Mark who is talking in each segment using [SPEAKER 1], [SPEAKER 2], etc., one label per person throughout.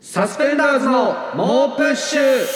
[SPEAKER 1] サスペンダーズの猛プッシュ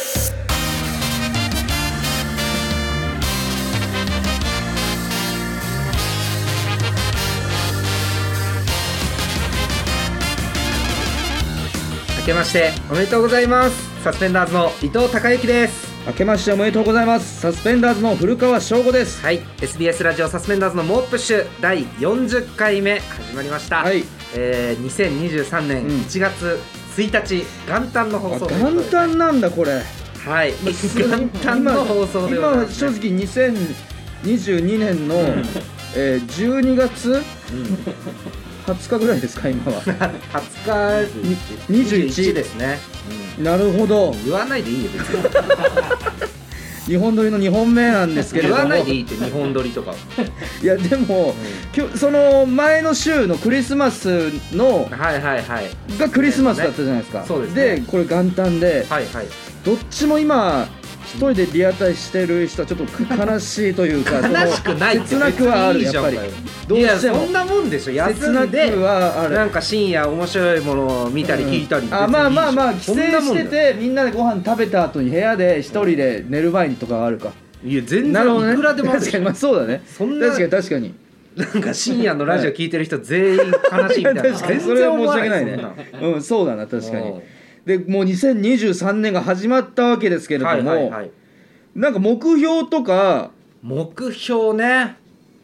[SPEAKER 1] 明けましておめでとうございますサスペンダーズの伊藤孝之です
[SPEAKER 2] 明けましておめでとうございますサスペンダーズの古川翔吾です
[SPEAKER 1] はい SBS ラジオサスペンダーズの猛プッシュ第40回目始まりました、
[SPEAKER 2] はい
[SPEAKER 1] えー、2023年
[SPEAKER 2] うん
[SPEAKER 1] 1月1日、元旦の放
[SPEAKER 2] あ
[SPEAKER 1] 送
[SPEAKER 2] 元
[SPEAKER 1] ということで
[SPEAKER 2] 旦なんだこれ
[SPEAKER 1] はい、元旦の放送でござ
[SPEAKER 2] 今
[SPEAKER 1] いま
[SPEAKER 2] 今
[SPEAKER 1] す
[SPEAKER 2] 正直2022年の、えー12月20日ぐらいですか今は
[SPEAKER 1] 20日
[SPEAKER 2] に21
[SPEAKER 1] ですね、
[SPEAKER 2] なるほど
[SPEAKER 1] 言わないでいいよ別に
[SPEAKER 2] 日本撮りの2本目なんですけれ
[SPEAKER 1] 言
[SPEAKER 2] ど
[SPEAKER 1] わ
[SPEAKER 2] も
[SPEAKER 1] ないでいいって日本撮 りとか
[SPEAKER 2] いやでも、今日その前の週のクリスマスの
[SPEAKER 1] はいはいはい
[SPEAKER 2] がクリスマスだったじゃないですか
[SPEAKER 1] そうですね
[SPEAKER 2] これ元旦で
[SPEAKER 1] はいはい
[SPEAKER 2] どっちも今一人でリアタイしてる人はちょっと悲しいというか
[SPEAKER 1] 悲しくないって
[SPEAKER 2] 切なくはある
[SPEAKER 1] 別
[SPEAKER 2] や
[SPEAKER 1] にいいじゃ
[SPEAKER 2] っ
[SPEAKER 1] ん
[SPEAKER 2] ぱり
[SPEAKER 1] お前
[SPEAKER 2] どう
[SPEAKER 1] いや
[SPEAKER 2] して
[SPEAKER 1] そ
[SPEAKER 2] も
[SPEAKER 1] んなもんでしょ
[SPEAKER 2] 切
[SPEAKER 1] 休
[SPEAKER 2] なんく
[SPEAKER 1] で
[SPEAKER 2] はある
[SPEAKER 1] なんか深夜面白いものを見たり聞いたり、
[SPEAKER 2] あまあまあまあ帰
[SPEAKER 1] 別
[SPEAKER 2] 省
[SPEAKER 1] にいいじゃんそ
[SPEAKER 2] し
[SPEAKER 1] ん
[SPEAKER 2] て
[SPEAKER 1] なもんだよ
[SPEAKER 2] てみんなでご飯食べた後に部屋で一人で寝る前にとかはあるか、
[SPEAKER 1] いや全
[SPEAKER 2] なるほど
[SPEAKER 1] 然
[SPEAKER 2] ね
[SPEAKER 1] いくらでもある
[SPEAKER 2] 確かにまあそうだね
[SPEAKER 1] そんな
[SPEAKER 2] 確かに確かに
[SPEAKER 1] なんか深夜のラジオ聞いてる人全員悲しいみたいな
[SPEAKER 2] 確かにそれは申し訳ない
[SPEAKER 1] 全然思わ
[SPEAKER 2] ねうんそうだな確か
[SPEAKER 1] うん
[SPEAKER 2] にでもう2023年が始まったわけですけれども、
[SPEAKER 1] はいはいはい
[SPEAKER 2] なんか目標とか
[SPEAKER 1] 目標ね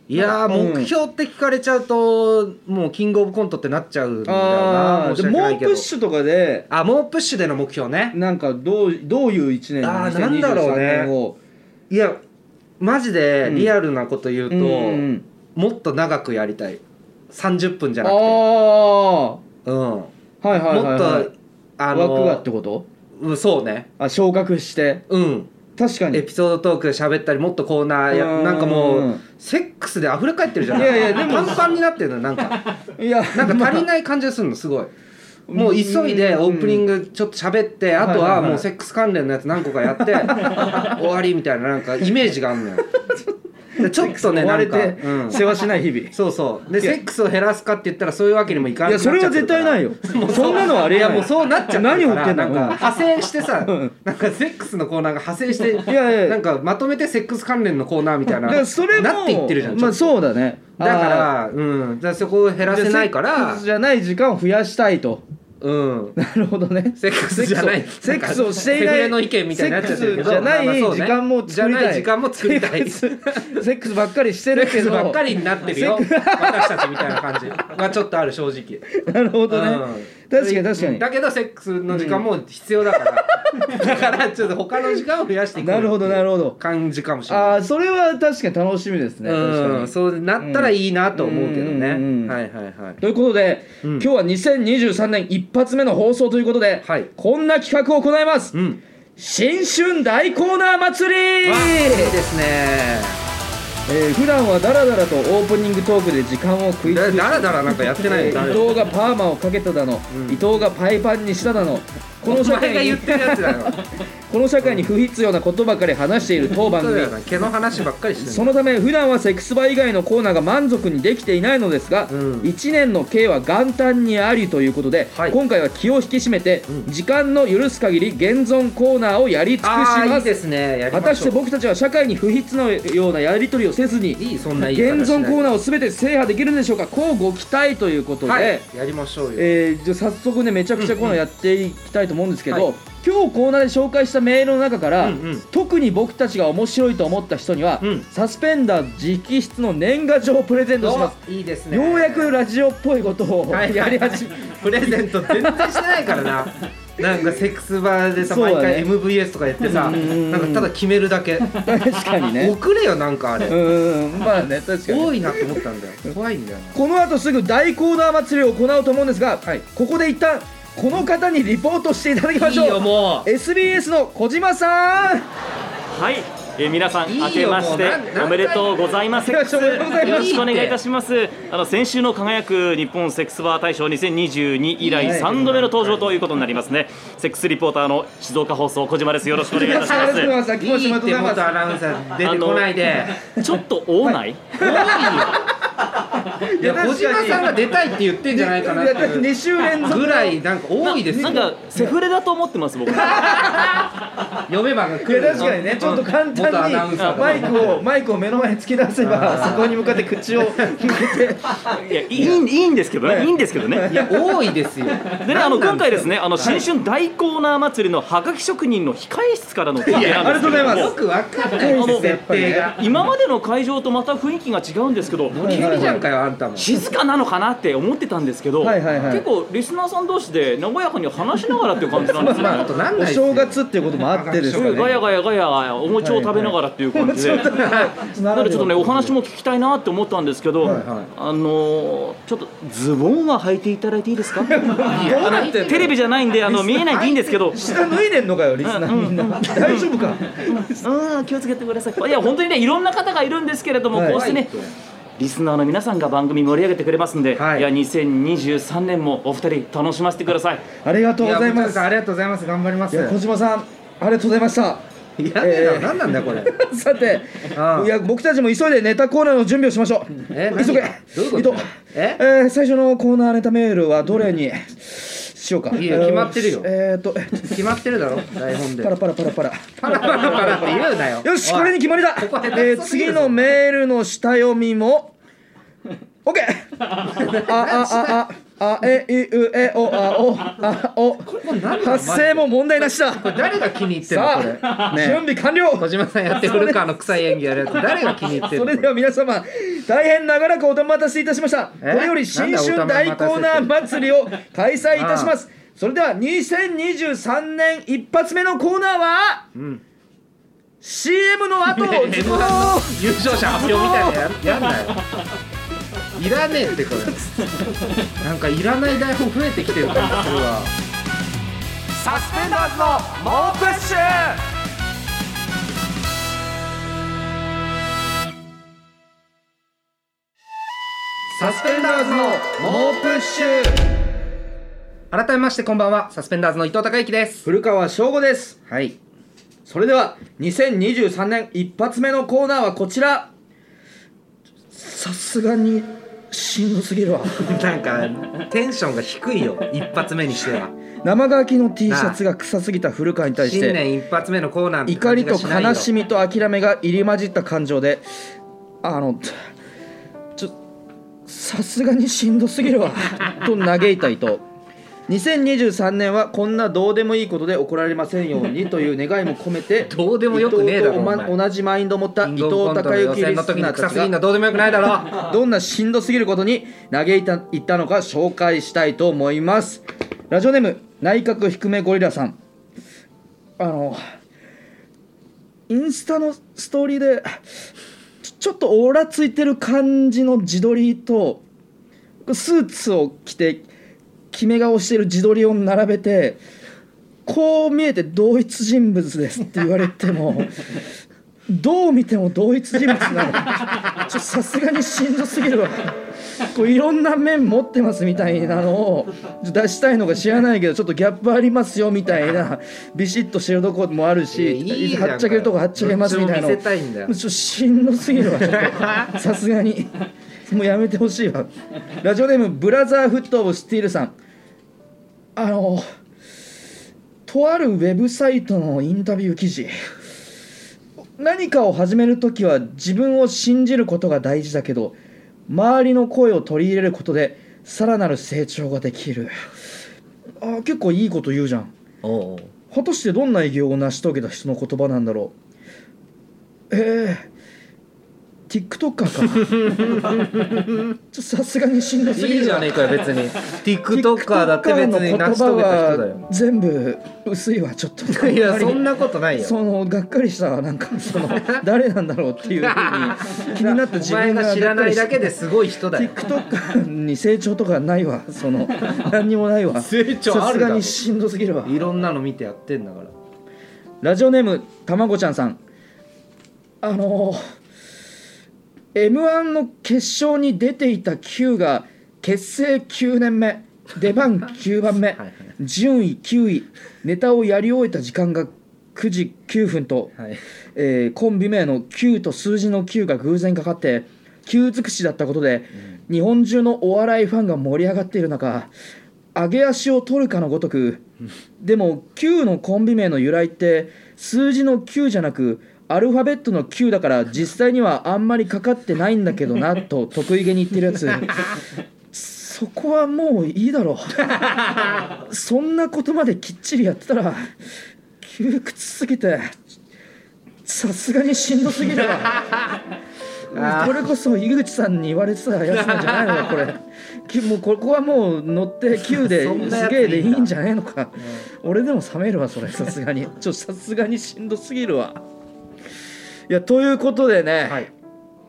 [SPEAKER 1] いやー、
[SPEAKER 2] うん
[SPEAKER 1] 目標って聞かれちゃうともうキングオブコントってなっちゃうんだよ
[SPEAKER 2] あ
[SPEAKER 1] な
[SPEAKER 2] あで
[SPEAKER 1] 申し訳
[SPEAKER 2] も
[SPEAKER 1] な
[SPEAKER 2] う
[SPEAKER 1] い
[SPEAKER 2] プ
[SPEAKER 1] けど
[SPEAKER 2] ッシュとかで
[SPEAKER 1] あ猛プッシュでの目標ね
[SPEAKER 2] なんかどうどういう一年
[SPEAKER 1] あーなんだろう
[SPEAKER 2] 2023
[SPEAKER 1] ね
[SPEAKER 2] 年を
[SPEAKER 1] いやマジで
[SPEAKER 2] うん
[SPEAKER 1] リアルなこと言うと、
[SPEAKER 2] うんうん
[SPEAKER 1] もっと長くやりたい30分じゃな
[SPEAKER 2] あ
[SPEAKER 1] くて、
[SPEAKER 2] あは
[SPEAKER 1] うん
[SPEAKER 2] いはいはい、
[SPEAKER 1] もっ
[SPEAKER 2] はい
[SPEAKER 1] と、あの
[SPEAKER 2] 枠がってこと
[SPEAKER 1] うんそうね
[SPEAKER 2] あ昇格して
[SPEAKER 1] うん
[SPEAKER 2] 確かに
[SPEAKER 1] エピソードトークで喋ったりもっとコーナーや
[SPEAKER 2] うん
[SPEAKER 1] なんかも
[SPEAKER 2] う
[SPEAKER 1] うんセックスで溢れ返ってるじゃん
[SPEAKER 2] いやいやでも
[SPEAKER 1] パンパンになってるのなんか
[SPEAKER 2] いや
[SPEAKER 1] なんか足り
[SPEAKER 2] ま
[SPEAKER 1] ない感じがするのすごい。もう急いでオープニングちょっと喋ってあ
[SPEAKER 2] はい
[SPEAKER 1] とは
[SPEAKER 2] はいはい
[SPEAKER 1] もうセックス関連のやつ何個か やって終わりみたいななんかイメージがあんのよ。でちょっとね
[SPEAKER 2] 追わ
[SPEAKER 1] な
[SPEAKER 2] れ
[SPEAKER 1] んか、
[SPEAKER 2] て
[SPEAKER 1] うん、
[SPEAKER 2] 世話しない日々
[SPEAKER 1] そうそうで
[SPEAKER 2] いや
[SPEAKER 1] セックスを減らすかって言ったらそういうわけにもいかないい
[SPEAKER 2] やそれは絶対ないよそんなのはあ
[SPEAKER 1] い
[SPEAKER 2] りえ
[SPEAKER 1] や
[SPEAKER 2] ない
[SPEAKER 1] もうそうなっちゃう
[SPEAKER 2] 何を言ってんだ
[SPEAKER 1] なんか派生してさ
[SPEAKER 2] うん
[SPEAKER 1] なんかセックスのコーナーが派生して
[SPEAKER 2] いやいや
[SPEAKER 1] なんかまとめてセックス関連のコーナーみたい
[SPEAKER 2] だ
[SPEAKER 1] な
[SPEAKER 2] からそれも
[SPEAKER 1] なっていってるじゃんちょっと
[SPEAKER 2] まあそうだね
[SPEAKER 1] だか
[SPEAKER 2] あ
[SPEAKER 1] らうんじゃあそこを減
[SPEAKER 2] ー
[SPEAKER 1] らせないか
[SPEAKER 2] じゃあセッ
[SPEAKER 1] ら
[SPEAKER 2] クスじゃない時間を増やしたいと
[SPEAKER 1] うん
[SPEAKER 2] なるほどね
[SPEAKER 1] セックスじゃない
[SPEAKER 2] セックスをしてい
[SPEAKER 1] セ
[SPEAKER 2] な
[SPEAKER 1] フレ
[SPEAKER 2] い
[SPEAKER 1] の意見みたいになっちゃってるけど
[SPEAKER 2] セックスじゃない
[SPEAKER 1] まあまあそう
[SPEAKER 2] 時
[SPEAKER 1] ね
[SPEAKER 2] 間も作りたい
[SPEAKER 1] じゃない時間も作りた
[SPEAKER 2] セ
[SPEAKER 1] いセッ
[SPEAKER 2] ックスセックスばっかりしてる
[SPEAKER 1] ク
[SPEAKER 2] け
[SPEAKER 1] ス
[SPEAKER 2] ど
[SPEAKER 1] ばっかりになってるよ私たちみたいな感じがちょっとある正直
[SPEAKER 2] なるほどね、
[SPEAKER 1] うん
[SPEAKER 2] 確かに確かに
[SPEAKER 1] だけどセックスの時間も必要だから、 だからちょっと他の時間を増やしていく
[SPEAKER 2] なるほどなるほど
[SPEAKER 1] 感じかもしれない
[SPEAKER 2] ああそれは確かに楽しみですね、確か
[SPEAKER 1] うん
[SPEAKER 2] に
[SPEAKER 1] そうなったらいいなと思うけ
[SPEAKER 2] う
[SPEAKER 1] どね、
[SPEAKER 2] んうんうん
[SPEAKER 1] はいはいはい
[SPEAKER 2] ということで、
[SPEAKER 1] うん
[SPEAKER 2] 今日は2023年一発目の放送ということで、
[SPEAKER 1] はい
[SPEAKER 2] こんな企画を行います、
[SPEAKER 1] うん
[SPEAKER 2] 新春大コーナー祭り
[SPEAKER 1] いいですね
[SPEAKER 2] えー普段はダラダラとオープニングトークで時間を食いつ
[SPEAKER 1] だ
[SPEAKER 2] ぶし
[SPEAKER 1] だらだらなんかやってない
[SPEAKER 2] え
[SPEAKER 1] よ誰
[SPEAKER 2] ー伊
[SPEAKER 1] も
[SPEAKER 2] 藤がパーマをかけただの、
[SPEAKER 1] ん
[SPEAKER 2] 伊藤がパイパンにしただのこの
[SPEAKER 1] お
[SPEAKER 2] 社
[SPEAKER 1] 前が
[SPEAKER 2] 会
[SPEAKER 1] 言
[SPEAKER 2] に
[SPEAKER 1] ってるやつ だよ
[SPEAKER 2] この社会に不必要なことばかり話している当番
[SPEAKER 1] そうだ
[SPEAKER 2] 組
[SPEAKER 1] よな毛の話ばっかりして
[SPEAKER 2] そ
[SPEAKER 1] る
[SPEAKER 2] のため普段はセックスバ以外のコーナーが満足にできていないのですが、
[SPEAKER 1] うん
[SPEAKER 2] 1年の計は元旦にありということで、
[SPEAKER 1] はい
[SPEAKER 2] 今回は気を引き締めて、
[SPEAKER 1] う
[SPEAKER 2] 時間の許す限り現存コーナーをやり尽くし
[SPEAKER 1] ああー
[SPEAKER 2] ま
[SPEAKER 1] いい
[SPEAKER 2] す
[SPEAKER 1] ですねやり
[SPEAKER 2] 果
[SPEAKER 1] ま
[SPEAKER 2] たし
[SPEAKER 1] してょう
[SPEAKER 2] 僕たちは社会に不必のようなやり取りをせずに
[SPEAKER 1] いいそんな言い方
[SPEAKER 2] 現
[SPEAKER 1] しない
[SPEAKER 2] 存コーナーを全て制覇できるんでしょうかこうご期待ということで、
[SPEAKER 1] はいやりましょうよ
[SPEAKER 2] えーじゃあ早速ねめちゃくちゃコーナーやっていきたいと思うんですけど、
[SPEAKER 1] うんはい
[SPEAKER 2] 今日コーナーで紹介したメールの中から、
[SPEAKER 1] うんうん
[SPEAKER 2] 特に僕たちが面白いと思った人には、
[SPEAKER 1] うん
[SPEAKER 2] サスペンダー直筆の年賀状をプレゼントします
[SPEAKER 1] おいいですね
[SPEAKER 2] ようやくラジオっぽいことを
[SPEAKER 1] はい
[SPEAKER 2] やり始め、
[SPEAKER 1] プレゼント全然してないからななんかセックスバーでさ、
[SPEAKER 2] そう
[SPEAKER 1] 毎
[SPEAKER 2] だね
[SPEAKER 1] 回 MVS とかやってさ
[SPEAKER 2] ん
[SPEAKER 1] なんかただ決めるだけ
[SPEAKER 2] 確かに ね
[SPEAKER 1] 送れよなんかあ
[SPEAKER 2] う
[SPEAKER 1] れ
[SPEAKER 2] ーんまあね確かに
[SPEAKER 1] 多いなと思ったんだよ怖いんだよな
[SPEAKER 2] この後すぐ大コーナー祭りを行うと思うんですが、ここで一旦この方にリポートしていただきましょう
[SPEAKER 1] いいよも
[SPEAKER 2] SBS の小島さん
[SPEAKER 3] はい、えー皆さん
[SPEAKER 1] いいよ
[SPEAKER 3] 明けまして
[SPEAKER 1] もうなんなん
[SPEAKER 3] おめでとうございます。
[SPEAKER 2] い
[SPEAKER 3] よ
[SPEAKER 2] や
[SPEAKER 3] ろ
[SPEAKER 2] おめでとうございます
[SPEAKER 3] しくお願いいたします。あの先週の輝く日本セックスバー大賞2022以来
[SPEAKER 2] いいね
[SPEAKER 3] 3度目の登場ということになりますね。セックスリポーターの静岡放送小島です。よろしくお願いいたし
[SPEAKER 2] ありがとうござい
[SPEAKER 3] ま
[SPEAKER 2] ます
[SPEAKER 1] い
[SPEAKER 2] 秋元
[SPEAKER 1] い
[SPEAKER 2] 島
[SPEAKER 1] っ
[SPEAKER 2] とご
[SPEAKER 1] て
[SPEAKER 2] ざいま
[SPEAKER 1] 元
[SPEAKER 2] す
[SPEAKER 1] アナウンサー出てこないで
[SPEAKER 3] ちょっと多ない。
[SPEAKER 1] 多いよいや小島さんが出たいって言ってんじゃないかなっていう
[SPEAKER 2] 2週連続
[SPEAKER 1] ぐらいなんか多いですよ
[SPEAKER 3] なんかセフレだと思ってます僕
[SPEAKER 1] 呼べば来
[SPEAKER 2] いや
[SPEAKER 1] る
[SPEAKER 2] 確かにねちょっと簡
[SPEAKER 1] 元アナ
[SPEAKER 2] 単
[SPEAKER 1] ウン
[SPEAKER 2] に
[SPEAKER 1] サーとか
[SPEAKER 2] マイクをマイクを目の前に突き出せばそこに向かって口を向けて
[SPEAKER 3] いやいいいいんですけどねいいんですけどね
[SPEAKER 1] いや多いですよ
[SPEAKER 3] でね、あの今回ですね、あの新春大コーナー祭りのはがき職人の控え室からの提携なんですけれど
[SPEAKER 2] い
[SPEAKER 3] も
[SPEAKER 2] やありがとうござい
[SPEAKER 1] よくわかんない
[SPEAKER 3] あ
[SPEAKER 1] です
[SPEAKER 3] の
[SPEAKER 1] 設定が
[SPEAKER 3] 今までの会場とまた雰囲気が違うんですけど、
[SPEAKER 1] ノリノリじゃんかよあんたも
[SPEAKER 3] 静かなのかなって思ってたんですけど、
[SPEAKER 2] はいはいはい
[SPEAKER 3] 結構リスナーさん同士で和やかに話しながらっていう感じなんですよ
[SPEAKER 1] まあ
[SPEAKER 3] ね
[SPEAKER 1] あとなん
[SPEAKER 2] お
[SPEAKER 1] ないですよ
[SPEAKER 2] 正月っていうこともあってです
[SPEAKER 3] す
[SPEAKER 2] か
[SPEAKER 3] ごい
[SPEAKER 2] ね
[SPEAKER 3] ガヤガヤガヤガヤお餅を食べながらっていう感じ で、なのでちょっとねお話も聞きたいなって思ったんですけど、
[SPEAKER 2] はい
[SPEAKER 1] はい
[SPEAKER 3] あのーちょっとズボンは履いていただいていいで すか
[SPEAKER 2] どうなってんの
[SPEAKER 3] テレビじゃないんであの見えないんでいいんですけど
[SPEAKER 2] 下脱いでんのかよリスナーみんな大丈夫か
[SPEAKER 3] うん気をつけてくださいいや本当にねいろんな方がいるんですけれども、
[SPEAKER 2] はい
[SPEAKER 3] こうしてねリスナーの皆さんが番組盛り上げてくれますんで、
[SPEAKER 1] はい
[SPEAKER 3] いや2023年もお二人楽しませてください
[SPEAKER 2] ありがとうございま
[SPEAKER 1] や本当ですありがとうございます頑張ります
[SPEAKER 2] いや小島さんありがとうございました
[SPEAKER 1] やめろ
[SPEAKER 2] えー
[SPEAKER 1] 何なんだよこれ
[SPEAKER 2] さて
[SPEAKER 1] ああ
[SPEAKER 2] いや僕たちも急いでネタコーナーの準備をしましょう
[SPEAKER 1] え何
[SPEAKER 2] 急げ
[SPEAKER 1] どういうこと
[SPEAKER 2] 伊藤
[SPEAKER 1] え
[SPEAKER 2] ー最初のコーナーネタメールはどれにしようか
[SPEAKER 1] いいよ
[SPEAKER 2] えー
[SPEAKER 1] 決まってるよ
[SPEAKER 2] えーとえ
[SPEAKER 1] 決まってるだろ台本で
[SPEAKER 2] パラパラパラパラ
[SPEAKER 1] パラパラパラって言うなよ
[SPEAKER 2] よし
[SPEAKER 1] おい
[SPEAKER 2] これに決まりだ
[SPEAKER 1] こは下手くそすぎ
[SPEAKER 2] え
[SPEAKER 1] る
[SPEAKER 2] ー
[SPEAKER 1] ぞ
[SPEAKER 2] 次のメールの下読みも OK あああああえいうえおあおあお
[SPEAKER 1] これ何なの
[SPEAKER 2] 発声も問題なしだ
[SPEAKER 1] これ誰が気に入ってんのこれ
[SPEAKER 2] さあ準備完了
[SPEAKER 1] 小島さんやって古川の臭い演技やるやつ誰が気に入ってん
[SPEAKER 2] そ
[SPEAKER 1] の
[SPEAKER 2] れでは皆様大変長らくお待たせいたしましたこ
[SPEAKER 1] え
[SPEAKER 2] れより新春大コーナー祭りを開催いたしますそれでは2023年一発目のコーナーは、CM の後自動
[SPEAKER 1] 優勝者発表みたいなのややんなよいらねえってこれなんかいらない台本増えてきてる感じするわ
[SPEAKER 2] サスペンダーズの猛プッシュ
[SPEAKER 1] サスペンダーズの猛プッシュ改めましてこんばんはサスペンダーズの伊藤孝之です
[SPEAKER 2] 古川翔吾です
[SPEAKER 1] はい
[SPEAKER 2] それでは2023年一発目のコーナーはこちらさすがにしんどすぎるわ
[SPEAKER 1] なんかテンションが低いよ一発目にしては
[SPEAKER 2] 生乾きの T シャツが臭すぎた古川に対し
[SPEAKER 1] 新
[SPEAKER 2] て
[SPEAKER 1] 年一発目のコーナーみた
[SPEAKER 2] 怒
[SPEAKER 1] いな
[SPEAKER 2] り
[SPEAKER 1] 感
[SPEAKER 2] と
[SPEAKER 1] じがないよ
[SPEAKER 2] 悲しみと諦めが入り混じった感情であのちょさすがにしんどすぎる わと嘆いた伊藤2023年はこんなどうでもいいことで怒られませんようにという願いも込めて
[SPEAKER 1] どうでもよくねえだ
[SPEAKER 2] 伊藤
[SPEAKER 1] ろ
[SPEAKER 2] とお
[SPEAKER 1] お前
[SPEAKER 2] 同じマインドを持った
[SPEAKER 1] キ
[SPEAKER 2] 伊
[SPEAKER 1] ン
[SPEAKER 2] 藤
[SPEAKER 1] グオブコント
[SPEAKER 2] 孝
[SPEAKER 1] の予
[SPEAKER 2] 之
[SPEAKER 1] 選
[SPEAKER 2] リ
[SPEAKER 1] の
[SPEAKER 2] ス
[SPEAKER 1] 時
[SPEAKER 2] ナー
[SPEAKER 1] に
[SPEAKER 2] た
[SPEAKER 1] 臭
[SPEAKER 2] ち
[SPEAKER 1] すぎん
[SPEAKER 2] が
[SPEAKER 1] のどうでもよくないだ ろ
[SPEAKER 2] どんなしんどすぎることに嘆いた言ったのか紹介したいと思いますラジオネーム内閣低めゴリラさんあのインスタのストーリーでちょちょっとオーラついてる感じの自撮りとスーツを着て決め顔してる自撮りを並べてこう見えて同一人物ですって言われて もどう見ても同一人物なのちょさすがにしんどすぎるわこういろんな面持ってますみたいなのをちょ出したいのか知らないけどちょっとギャップありますよみたいなビシッとしてるとこもあるし
[SPEAKER 1] いやいいじゃん
[SPEAKER 2] はっちゃけるとこはっちゃけますみたいなの
[SPEAKER 1] どっちも見せたいんだよ
[SPEAKER 2] ちょっとしんどすぎるわちょっとさすがにもうやめてほしいわラジオネームブラザーフットオブスティールさんあのとあるウェブサイトのインタビュー記事何かを始めるときは自分を信じることが大事だけど周りの声を取り入れることでさらなる成長ができるあー結構いいこと言うじゃん
[SPEAKER 1] おう
[SPEAKER 2] 果たしてどんな偉業を成し遂げた人の言葉なんだろうええ TikToker かちょさすがにしんどすぎ
[SPEAKER 1] いい
[SPEAKER 2] る
[SPEAKER 1] じゃ
[SPEAKER 2] わ
[SPEAKER 1] ねえかよ別に TikToker だって別に成し遂げた人だよ
[SPEAKER 2] 全部薄いわちょっと
[SPEAKER 1] いやそんなことないよ
[SPEAKER 2] そのがっかりしたわなんかその誰なんだろうっていうふうに気になった自分
[SPEAKER 1] お前が知らないだけ
[SPEAKER 2] で
[SPEAKER 1] ですごい人だよ
[SPEAKER 2] TikToker に成長とかないわその何にもないわ
[SPEAKER 1] 成長あ
[SPEAKER 2] さす
[SPEAKER 1] るだ
[SPEAKER 2] が
[SPEAKER 1] ろ
[SPEAKER 2] にしんどすぎるわ
[SPEAKER 1] いろんなの見てやってんだから
[SPEAKER 2] ラジオネームたまごちゃんさんあの m 1の決勝に出ていた Q が結成9年目出番9番目
[SPEAKER 1] はい
[SPEAKER 2] 順位9位ネタをやり終えた時間が9時9分と、
[SPEAKER 1] はい
[SPEAKER 2] えーコンビ名の9と数字の9が偶然かかって9尽くしだったことで、日本中のお笑いファンが盛り上がっている中上げ足を取るかのごとくでも Q のコンビ名の由来って数字の9じゃなくアルファベットの Q だから実際にはあんまりかかってないんだけどなと得意げに言ってるやつそこはもういいだろ うそんなことまできっちりやってたら窮屈すぎてさすがにしんどすぎるわ
[SPEAKER 1] あー
[SPEAKER 2] これこそ井口さんに言われてたやつなんじゃないのかこれきもうここはもう乗って9で
[SPEAKER 1] そんなや
[SPEAKER 2] す
[SPEAKER 1] つ
[SPEAKER 2] げえでい
[SPEAKER 1] いいんだ
[SPEAKER 2] いんじゃねえのか、俺でも冷めるわそれさすがにちょさすがにしんどすぎるわいやということでね、
[SPEAKER 1] はい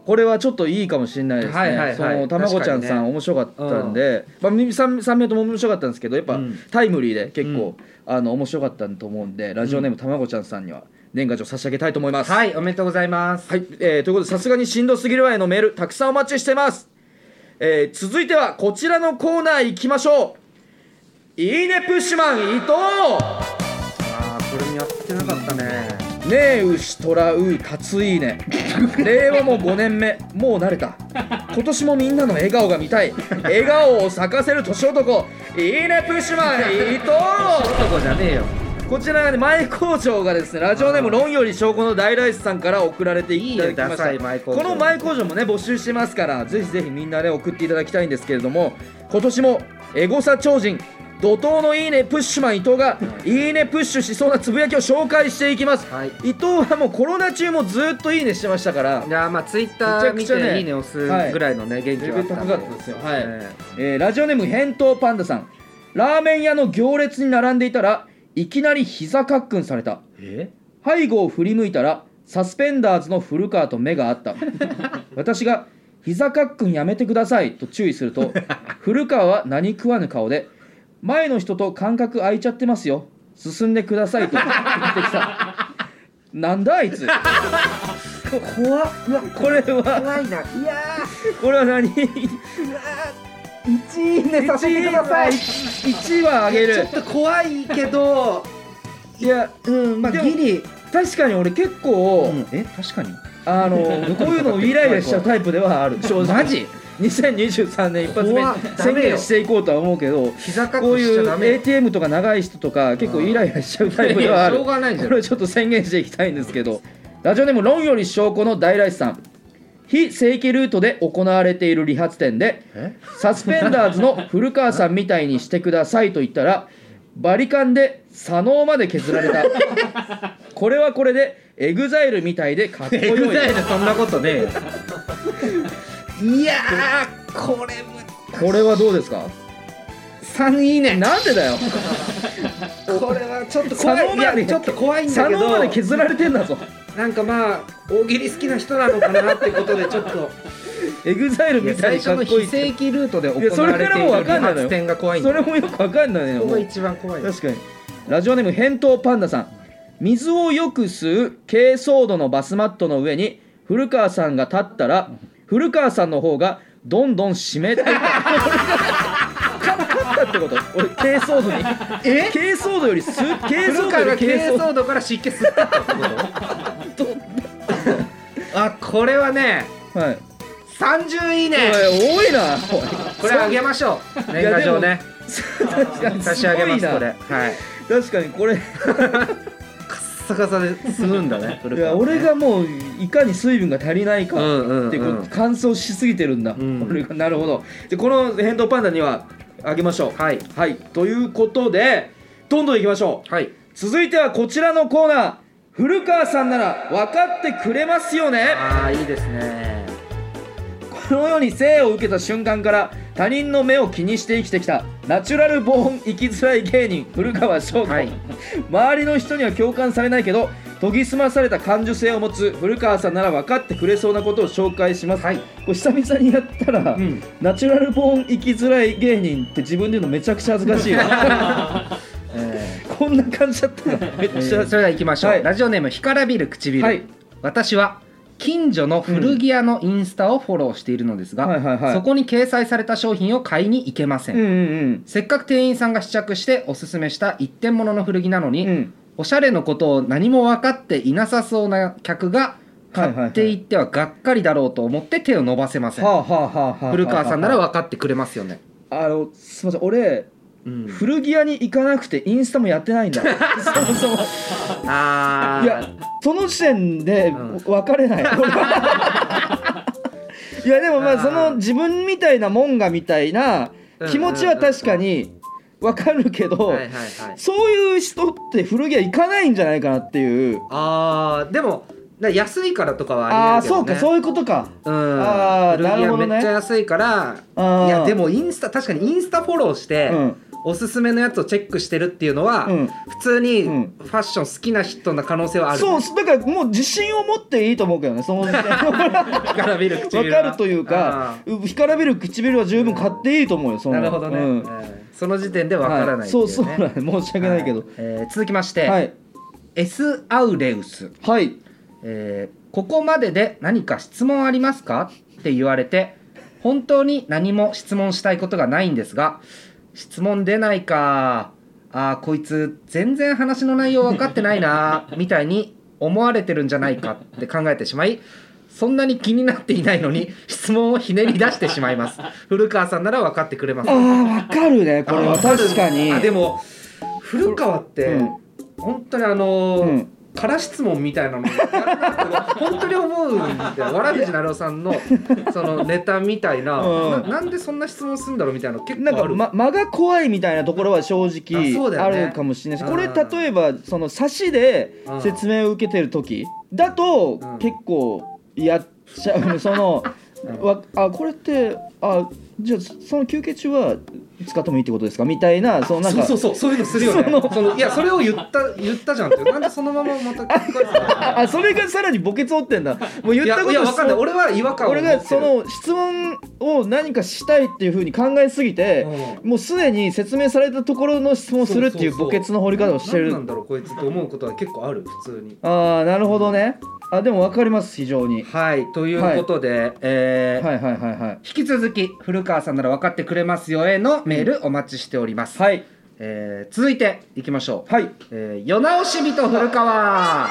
[SPEAKER 2] これはちょっといいかもしれないですね、
[SPEAKER 1] はいはいはい
[SPEAKER 2] そのたまごちゃん
[SPEAKER 1] 確
[SPEAKER 2] さ
[SPEAKER 1] か
[SPEAKER 2] ん
[SPEAKER 1] にね
[SPEAKER 2] 面白かったんで、まあ、3, 名とも面白かったんですけどやっぱ、
[SPEAKER 1] うん
[SPEAKER 2] タイムリーで結構、あの面白かったと思うんでラジオネームたまごちゃんさんには年賀状差し上げたいと思います、
[SPEAKER 1] はいおめでとうございます
[SPEAKER 2] はい、えーということでさすがにしんどすぎるわへのメールたくさんお待ちしてます、えー続いてはこちらのコーナー行きましょういいねプッシュマン伊藤
[SPEAKER 1] ああこれもやってなかったね
[SPEAKER 2] ねえ牛とらうたついいね令和も5年目もう慣れた今年もみんなの笑顔が見たい笑顔を咲かせる年男いいねプッシュマン伊藤
[SPEAKER 1] 男じゃねえよ
[SPEAKER 2] こちらがね前工場がですねラジオネーム「論より証拠の大ライス」さんから送られていただきました
[SPEAKER 1] いいねダサい前工場
[SPEAKER 2] この前工場もね募集してますからぜひぜひみんなね送っていただきたいんですけれども今年もエゴサ超人怒涛の「いいねプッシュマン伊藤」が「いいねプッシュ」しそうなつぶやきを紹介していきます、
[SPEAKER 1] はい
[SPEAKER 2] 伊藤はもうコロナ中もずっと「いいね」してましたから
[SPEAKER 1] いやーまあツイッター見
[SPEAKER 2] めちゃくちゃね
[SPEAKER 1] ていいね押すぐらいのね元気
[SPEAKER 2] レ
[SPEAKER 1] は
[SPEAKER 2] ベ
[SPEAKER 1] あ
[SPEAKER 2] ル
[SPEAKER 1] った
[SPEAKER 2] 高
[SPEAKER 1] ん
[SPEAKER 2] かったですよはい、
[SPEAKER 1] え
[SPEAKER 2] えーラジオネーム返答パンダさんラーメン屋の行列に並んでいたらいきなり膝かっくんされた
[SPEAKER 1] え
[SPEAKER 2] 背後を振り向いたらサスペンダーズの古川と目が合った 私が「膝かっくんやめてください」と注意すると古川は何食わぬ顔で「前の人と間隔空いちゃってますよ進んでください」と言ってきたなんだあいつ怖っうわこれは
[SPEAKER 1] 怖いないや
[SPEAKER 2] これは何
[SPEAKER 1] ー1位ねさせてください
[SPEAKER 2] 1はあげ
[SPEAKER 1] ちょ
[SPEAKER 2] る
[SPEAKER 1] っと怖いけど
[SPEAKER 2] いや
[SPEAKER 1] うん まあ
[SPEAKER 2] でも
[SPEAKER 1] ギリ
[SPEAKER 2] 確かに俺結構、
[SPEAKER 1] え確かに
[SPEAKER 2] あ のこういうのをイライラしちゃうタイプではある正直
[SPEAKER 1] マジ
[SPEAKER 2] 2023年一発目
[SPEAKER 1] 怖っ
[SPEAKER 2] 宣言していこうとは思うけど
[SPEAKER 1] 膝か
[SPEAKER 2] こう
[SPEAKER 1] くしち
[SPEAKER 2] い
[SPEAKER 1] ゃ
[SPEAKER 2] う
[SPEAKER 1] ダメよ
[SPEAKER 2] ATM とか長い人とか結構イライラしちゃうタイプではある
[SPEAKER 1] いやしょうがないじゃん
[SPEAKER 2] これちょっと宣言していきたいんですけどラジオネーム「論より証拠」の大来さん非正規ルートで行われている理髪店で
[SPEAKER 1] え
[SPEAKER 2] サスペンダーズの古川さんみたいにしてくださいと言ったらバリカンで左脳まで削られたこれはこれでエグザイルみたいでかっこよい
[SPEAKER 1] エグザイルそんなことねえよいやーこれむ
[SPEAKER 2] これはどうですか
[SPEAKER 1] 3いいね
[SPEAKER 2] なんでだよ
[SPEAKER 1] これはちょっと怖
[SPEAKER 2] 左脳
[SPEAKER 1] いい
[SPEAKER 2] まで
[SPEAKER 1] やちょっと怖いんだ
[SPEAKER 2] 左
[SPEAKER 1] け
[SPEAKER 2] 脳まで
[SPEAKER 1] ど
[SPEAKER 2] 削られてんだぞ
[SPEAKER 1] なんかまあ大喜利好きな人なのかなってことでちょっと
[SPEAKER 2] エグザイル
[SPEAKER 1] い
[SPEAKER 2] み
[SPEAKER 1] や
[SPEAKER 2] たい
[SPEAKER 1] 最
[SPEAKER 2] でか
[SPEAKER 1] 初
[SPEAKER 2] っこ
[SPEAKER 1] の
[SPEAKER 2] いい
[SPEAKER 1] 非
[SPEAKER 2] って
[SPEAKER 1] 正規ルートで行
[SPEAKER 2] いやそ
[SPEAKER 1] わ
[SPEAKER 2] れ
[SPEAKER 1] れ
[SPEAKER 2] か
[SPEAKER 1] て
[SPEAKER 2] ら
[SPEAKER 1] い
[SPEAKER 2] もわ
[SPEAKER 1] る理
[SPEAKER 2] かんないの
[SPEAKER 1] 髪
[SPEAKER 2] よ
[SPEAKER 1] 店が怖いん
[SPEAKER 2] そ
[SPEAKER 1] だ
[SPEAKER 2] れ
[SPEAKER 1] よ
[SPEAKER 2] もよくわかんない
[SPEAKER 1] ここが
[SPEAKER 2] ね
[SPEAKER 1] 一番怖い
[SPEAKER 2] 確かにラジオネーム返答パンダさん水をよく吸う珪藻土のバスマットの上に古川さんが立ったら古川さんの方がどんどん湿っていった俺が勝ったってこと俺珪藻土に
[SPEAKER 1] え
[SPEAKER 2] 珪藻土より吸う珪
[SPEAKER 1] 古
[SPEAKER 2] 藻土
[SPEAKER 1] 川
[SPEAKER 2] よ
[SPEAKER 1] が
[SPEAKER 2] り珪
[SPEAKER 1] 軽
[SPEAKER 2] 藻
[SPEAKER 1] 装度から湿気吸ったってこと
[SPEAKER 2] 土
[SPEAKER 1] あこれはね
[SPEAKER 2] はい
[SPEAKER 1] 30いいね
[SPEAKER 2] おい多いなおい
[SPEAKER 1] これあげましょう年賀状ね
[SPEAKER 2] 確かに
[SPEAKER 1] 差し上げま
[SPEAKER 2] す
[SPEAKER 1] す
[SPEAKER 2] ごい
[SPEAKER 1] これ
[SPEAKER 2] な
[SPEAKER 1] はい
[SPEAKER 2] 確かにこれ
[SPEAKER 1] カッサカサで吸うんだ ね古
[SPEAKER 2] い
[SPEAKER 1] 川
[SPEAKER 2] や
[SPEAKER 1] ね
[SPEAKER 2] 俺がもういかに水分が足りないか
[SPEAKER 1] うんうんうん
[SPEAKER 2] ってこう乾燥しすぎてるんだ、
[SPEAKER 1] ん
[SPEAKER 2] 俺がなるほどでこの返答パンダにはあげましょう
[SPEAKER 1] はい
[SPEAKER 2] はいということでどんどんいきましょう
[SPEAKER 1] はい
[SPEAKER 2] 続いてはこちらのコーナー古川さんなら分かってくれますよね
[SPEAKER 1] ああいいですね
[SPEAKER 2] この世に生を受けた瞬間から他人の目を気にして生きてきたナチュラルボーン生きづらい芸人古川翔子、
[SPEAKER 1] はい
[SPEAKER 2] 周りの人には共感されないけど研ぎ澄まされた感受性を持つ古川さんなら分かってくれそうなことを紹介します、
[SPEAKER 1] はい
[SPEAKER 2] これ久々にやったら、
[SPEAKER 1] うん
[SPEAKER 2] ナチュラルボーン生きづらい芸人って自分で言うのめちゃくちゃ恥ずかしいわ
[SPEAKER 1] え
[SPEAKER 2] こんな感じだったらめっ
[SPEAKER 1] ー
[SPEAKER 2] ちゃ、
[SPEAKER 1] それでは行きましょう、
[SPEAKER 2] はい
[SPEAKER 1] ラジオネーム干からびる唇、
[SPEAKER 2] はい
[SPEAKER 1] 私は近所の古着屋のインスタをフォローしているのですが、
[SPEAKER 2] うんはいはいはい
[SPEAKER 1] そこに掲載された商品を買いに行けません、
[SPEAKER 2] うんうん
[SPEAKER 1] せっかく店員さんが試着しておすすめした一点物の古着なの
[SPEAKER 2] う
[SPEAKER 1] に、
[SPEAKER 2] んうん
[SPEAKER 1] おしゃれのことを何も分かっていなさそうな客が
[SPEAKER 2] はい
[SPEAKER 1] 買
[SPEAKER 2] はい
[SPEAKER 1] っていってはがっかりだろうと思って手を伸ばせません、
[SPEAKER 2] はあはあはあはあ
[SPEAKER 1] 古川さんなら分かってくれますよね、
[SPEAKER 2] あのすいません俺
[SPEAKER 1] うん、
[SPEAKER 2] 古着屋に行かなくてインスタもやってないんだそもそも
[SPEAKER 1] あー
[SPEAKER 2] いやその時点で
[SPEAKER 1] うん
[SPEAKER 2] 別れない、 俺はいやでもま
[SPEAKER 1] あ
[SPEAKER 2] あ
[SPEAKER 1] ー
[SPEAKER 2] その自分みたいなもんがみたいな
[SPEAKER 1] うん
[SPEAKER 2] 気持ちは確かに分かるけど、
[SPEAKER 1] はいはいはい
[SPEAKER 2] そういう人って古着屋行かないんじゃないかなっていう
[SPEAKER 1] あーでもな安いからとかは
[SPEAKER 2] あ
[SPEAKER 1] あ
[SPEAKER 2] あ
[SPEAKER 1] りえ
[SPEAKER 2] そ
[SPEAKER 1] るけど、
[SPEAKER 2] う
[SPEAKER 1] ね、
[SPEAKER 2] かそういうことか
[SPEAKER 1] うん
[SPEAKER 2] あー
[SPEAKER 1] 古着屋
[SPEAKER 2] なるほどね
[SPEAKER 1] めっちゃ安いから
[SPEAKER 2] あー
[SPEAKER 1] いやでもインスタ確かにインスタフォローして、
[SPEAKER 2] うん
[SPEAKER 1] おすすめのやつをチェックしてるっていうのは、
[SPEAKER 2] うん
[SPEAKER 1] 普通にフ
[SPEAKER 2] うん
[SPEAKER 1] ァッション好きな人の可能性はある、
[SPEAKER 2] そうだからもう自信を持っていいと思うけどねその時 点でわ
[SPEAKER 1] 干からびる
[SPEAKER 2] か
[SPEAKER 1] 唇は
[SPEAKER 2] るというかう干からびる唇は十分買っていいと思うよそ
[SPEAKER 1] うん
[SPEAKER 2] の
[SPEAKER 1] なるほどね、
[SPEAKER 2] うん
[SPEAKER 1] うんその時点でわからないってい
[SPEAKER 2] そうう
[SPEAKER 1] ね
[SPEAKER 2] そうなんで申し訳ないけど
[SPEAKER 1] はえー続きまして、
[SPEAKER 2] はい
[SPEAKER 1] エス・アウレウス、
[SPEAKER 2] はい
[SPEAKER 1] えーここまでで何か質問ありますか?」って言われて本当に何も質問したいことがないんですが質問出ないかあーこいつ全然話の内容分かってないなみたいに思われてるんじゃないかって考えてしまいそんなに気になっていないのに質問をひねり出してしまいます古川さんなら分かってくれます
[SPEAKER 2] あーわかるねこれは
[SPEAKER 1] あわる
[SPEAKER 2] 確かに
[SPEAKER 1] あでも古川って、
[SPEAKER 2] うん
[SPEAKER 1] 本当にあの
[SPEAKER 2] う
[SPEAKER 1] ー
[SPEAKER 2] ん
[SPEAKER 1] 空質問みたいなのもやるなって 本当に思うんでわらふじなるおさんのそのネタみたいな,、
[SPEAKER 2] うん
[SPEAKER 1] ななんでそんな質問するんだろうみたいなの結
[SPEAKER 2] なん
[SPEAKER 1] 構あ
[SPEAKER 2] か、
[SPEAKER 1] る
[SPEAKER 2] ま、間が怖いみたいなところは正
[SPEAKER 1] あそう
[SPEAKER 2] 直
[SPEAKER 1] だ
[SPEAKER 2] あ
[SPEAKER 1] よね
[SPEAKER 2] るかもしれないし、
[SPEAKER 1] うん
[SPEAKER 2] これ例えばその差しで
[SPEAKER 1] うん
[SPEAKER 2] 説明を受けてる時だと
[SPEAKER 1] うん
[SPEAKER 2] 結構やっちゃうそ の
[SPEAKER 1] うん
[SPEAKER 2] わあこれってあじゃあその休憩中は使ってもいいってことですかみたいなそのなん
[SPEAKER 1] そう
[SPEAKER 2] か
[SPEAKER 1] そうそうそういうのするよね
[SPEAKER 2] そ
[SPEAKER 1] そ
[SPEAKER 2] の
[SPEAKER 1] のいやそれを言った言ったじゃんってなんでそのまままた聞こえてたの
[SPEAKER 2] ああそれがさらに墓穴折ってんだもう言
[SPEAKER 1] い
[SPEAKER 2] っ
[SPEAKER 1] や
[SPEAKER 2] たこと
[SPEAKER 1] いやわかんな
[SPEAKER 2] そ
[SPEAKER 1] い
[SPEAKER 2] う
[SPEAKER 1] 俺は違和感を持
[SPEAKER 2] 俺
[SPEAKER 1] ってる
[SPEAKER 2] がその質問を何かしたいっていうふうに考えすぎて、
[SPEAKER 1] う
[SPEAKER 2] もうすでに説明されたところの質問をするっていう墓
[SPEAKER 1] そうそうそう
[SPEAKER 2] 穴の掘り方をして
[SPEAKER 1] 何
[SPEAKER 2] る
[SPEAKER 1] なんだろうこいつと思うことは結構ある普通に
[SPEAKER 2] ああなるほどねあでも分かります非常に
[SPEAKER 1] はいということで、えー
[SPEAKER 2] はいはいはいはい
[SPEAKER 1] 引き続き古川さんなら分かってくれますよへのメールお待ちしております、
[SPEAKER 2] はい
[SPEAKER 1] えー続いていきましょう、
[SPEAKER 2] はい
[SPEAKER 1] えー、世直し人古川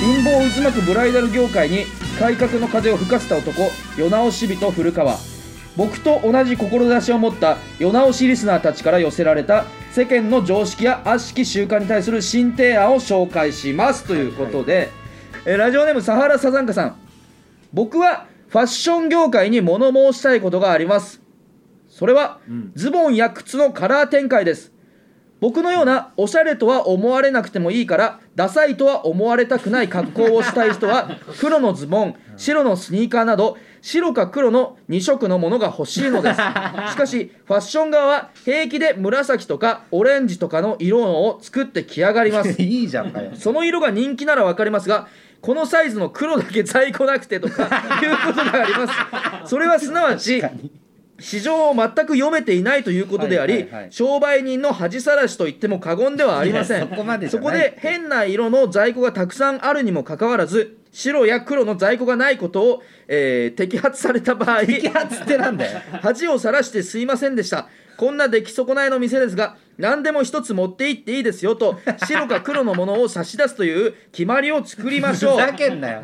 [SPEAKER 2] 陰謀渦巻くブライダル業界に改革の風を吹かせた男世直し人古川僕と同じ志を持った世直しリスナーたちから寄せられた世間の常識や悪しき習慣に対する新提案を紹介しますということで、えーラジオネームサハラサザンカさん僕はファッション業界に物申したいことがありますそれは、
[SPEAKER 1] うん
[SPEAKER 2] ズボンや靴のカラー展開です僕のようなおしゃれとは思われなくてもいいからダサいとは思われたくない格好をしたい人 は黒のズボン白のスニーカーなど白か黒の2色のものが欲しいの ですしかしファッション側は平気で紫とかオレンジとかの色を作ってきやがります
[SPEAKER 1] いいじゃんかよ
[SPEAKER 2] その色が人気ならわかりますがこのサイズの黒だけ在庫なくてと かいうことがありますそれはすなわち市場を全く読めていないということであり、
[SPEAKER 1] はいはいはい
[SPEAKER 2] 商売人の恥さらしと言っても過言ではありません
[SPEAKER 1] いやそこまでじゃ
[SPEAKER 2] そ
[SPEAKER 1] ない
[SPEAKER 2] こで変な色の在庫がたくさんあるにもかかわらず白や黒の在庫がないことを、えー摘発された場合
[SPEAKER 1] 摘発ってなんだよ
[SPEAKER 2] 恥をさらしてすいませんでしたこんな出来損ないの店ですが何でも一つ持って行っていいですよと白か黒のものを差し出すという決まりを作りましょ
[SPEAKER 1] ふ
[SPEAKER 2] う
[SPEAKER 1] ざけんなよ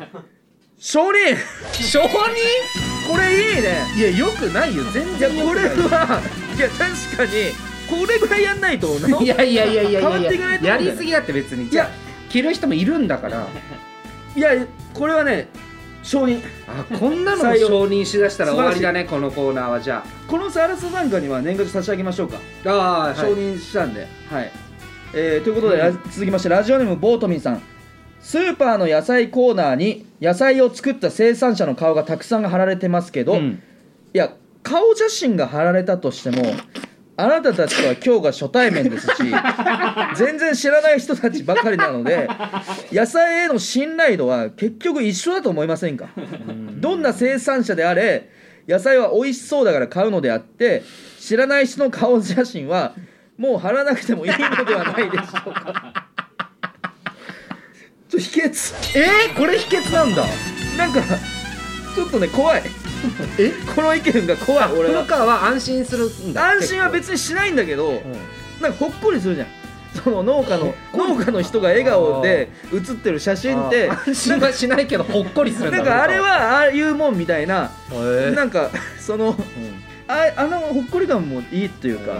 [SPEAKER 2] 承認承認これいいね
[SPEAKER 1] いやよくないよ全
[SPEAKER 2] いや
[SPEAKER 1] 然
[SPEAKER 2] これはいや確かにこれぐらいやんないとな
[SPEAKER 1] いやいやいやいや
[SPEAKER 2] 変
[SPEAKER 1] い
[SPEAKER 2] わって
[SPEAKER 1] や
[SPEAKER 2] いかないと思うんだよ
[SPEAKER 1] いや
[SPEAKER 2] ね
[SPEAKER 1] りすぎだって別に
[SPEAKER 2] いや
[SPEAKER 1] 着る人もいるんだから
[SPEAKER 2] いやこれはね承認
[SPEAKER 1] あこんなのも
[SPEAKER 2] 採用
[SPEAKER 1] 承認しだしたら終わりだねこのコーナーはじゃ
[SPEAKER 2] このサラス参加には年賀状差し上げましょうか、
[SPEAKER 1] あああ
[SPEAKER 2] 承認したんではい、えーということで、ラ続きましてラジオネームボートミンさんスーパーの野菜コーナーに野菜を作った生産者の顔がたくさん貼られてますけど、いや顔写真が貼られたとしてもあなたたちとは今日が初対面 ですし全然知らない人たちばかりなので野菜への信頼度は結局一緒だと思いませんかどんな生産者であれ野菜は美味しそうだから買うのであって知らない人の顔写真はもう貼らなくてもいいのではないでしょう かちょ秘訣
[SPEAKER 1] えー、これ秘訣なんだ
[SPEAKER 2] なんかちょっとね怖い
[SPEAKER 1] え
[SPEAKER 2] この意見が怖い俺
[SPEAKER 1] 古
[SPEAKER 2] は
[SPEAKER 1] 川は安心するんだ
[SPEAKER 2] 安心は別にしないんだけど、
[SPEAKER 1] に
[SPEAKER 2] なんかほっこりするじゃんその農家の農家の人が笑顔で写ってる写真って
[SPEAKER 1] 安心はしないけどほっこりするんだ
[SPEAKER 2] なんかあれはああいうもんみたいな
[SPEAKER 1] へー
[SPEAKER 2] なんかそのああのほっこり感もいいというか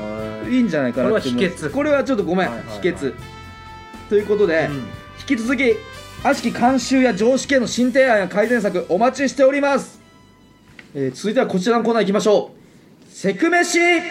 [SPEAKER 2] いいんじゃないかなって思う
[SPEAKER 1] これは秘訣
[SPEAKER 2] これはちょっとごめん、
[SPEAKER 1] はいはいはい
[SPEAKER 2] 秘訣ということで、
[SPEAKER 1] うん
[SPEAKER 2] 引き続き悪しき慣習や常識への新提案や改善策お待ちしております、えー続いてはこちらのコーナー行きましょうセク飯こ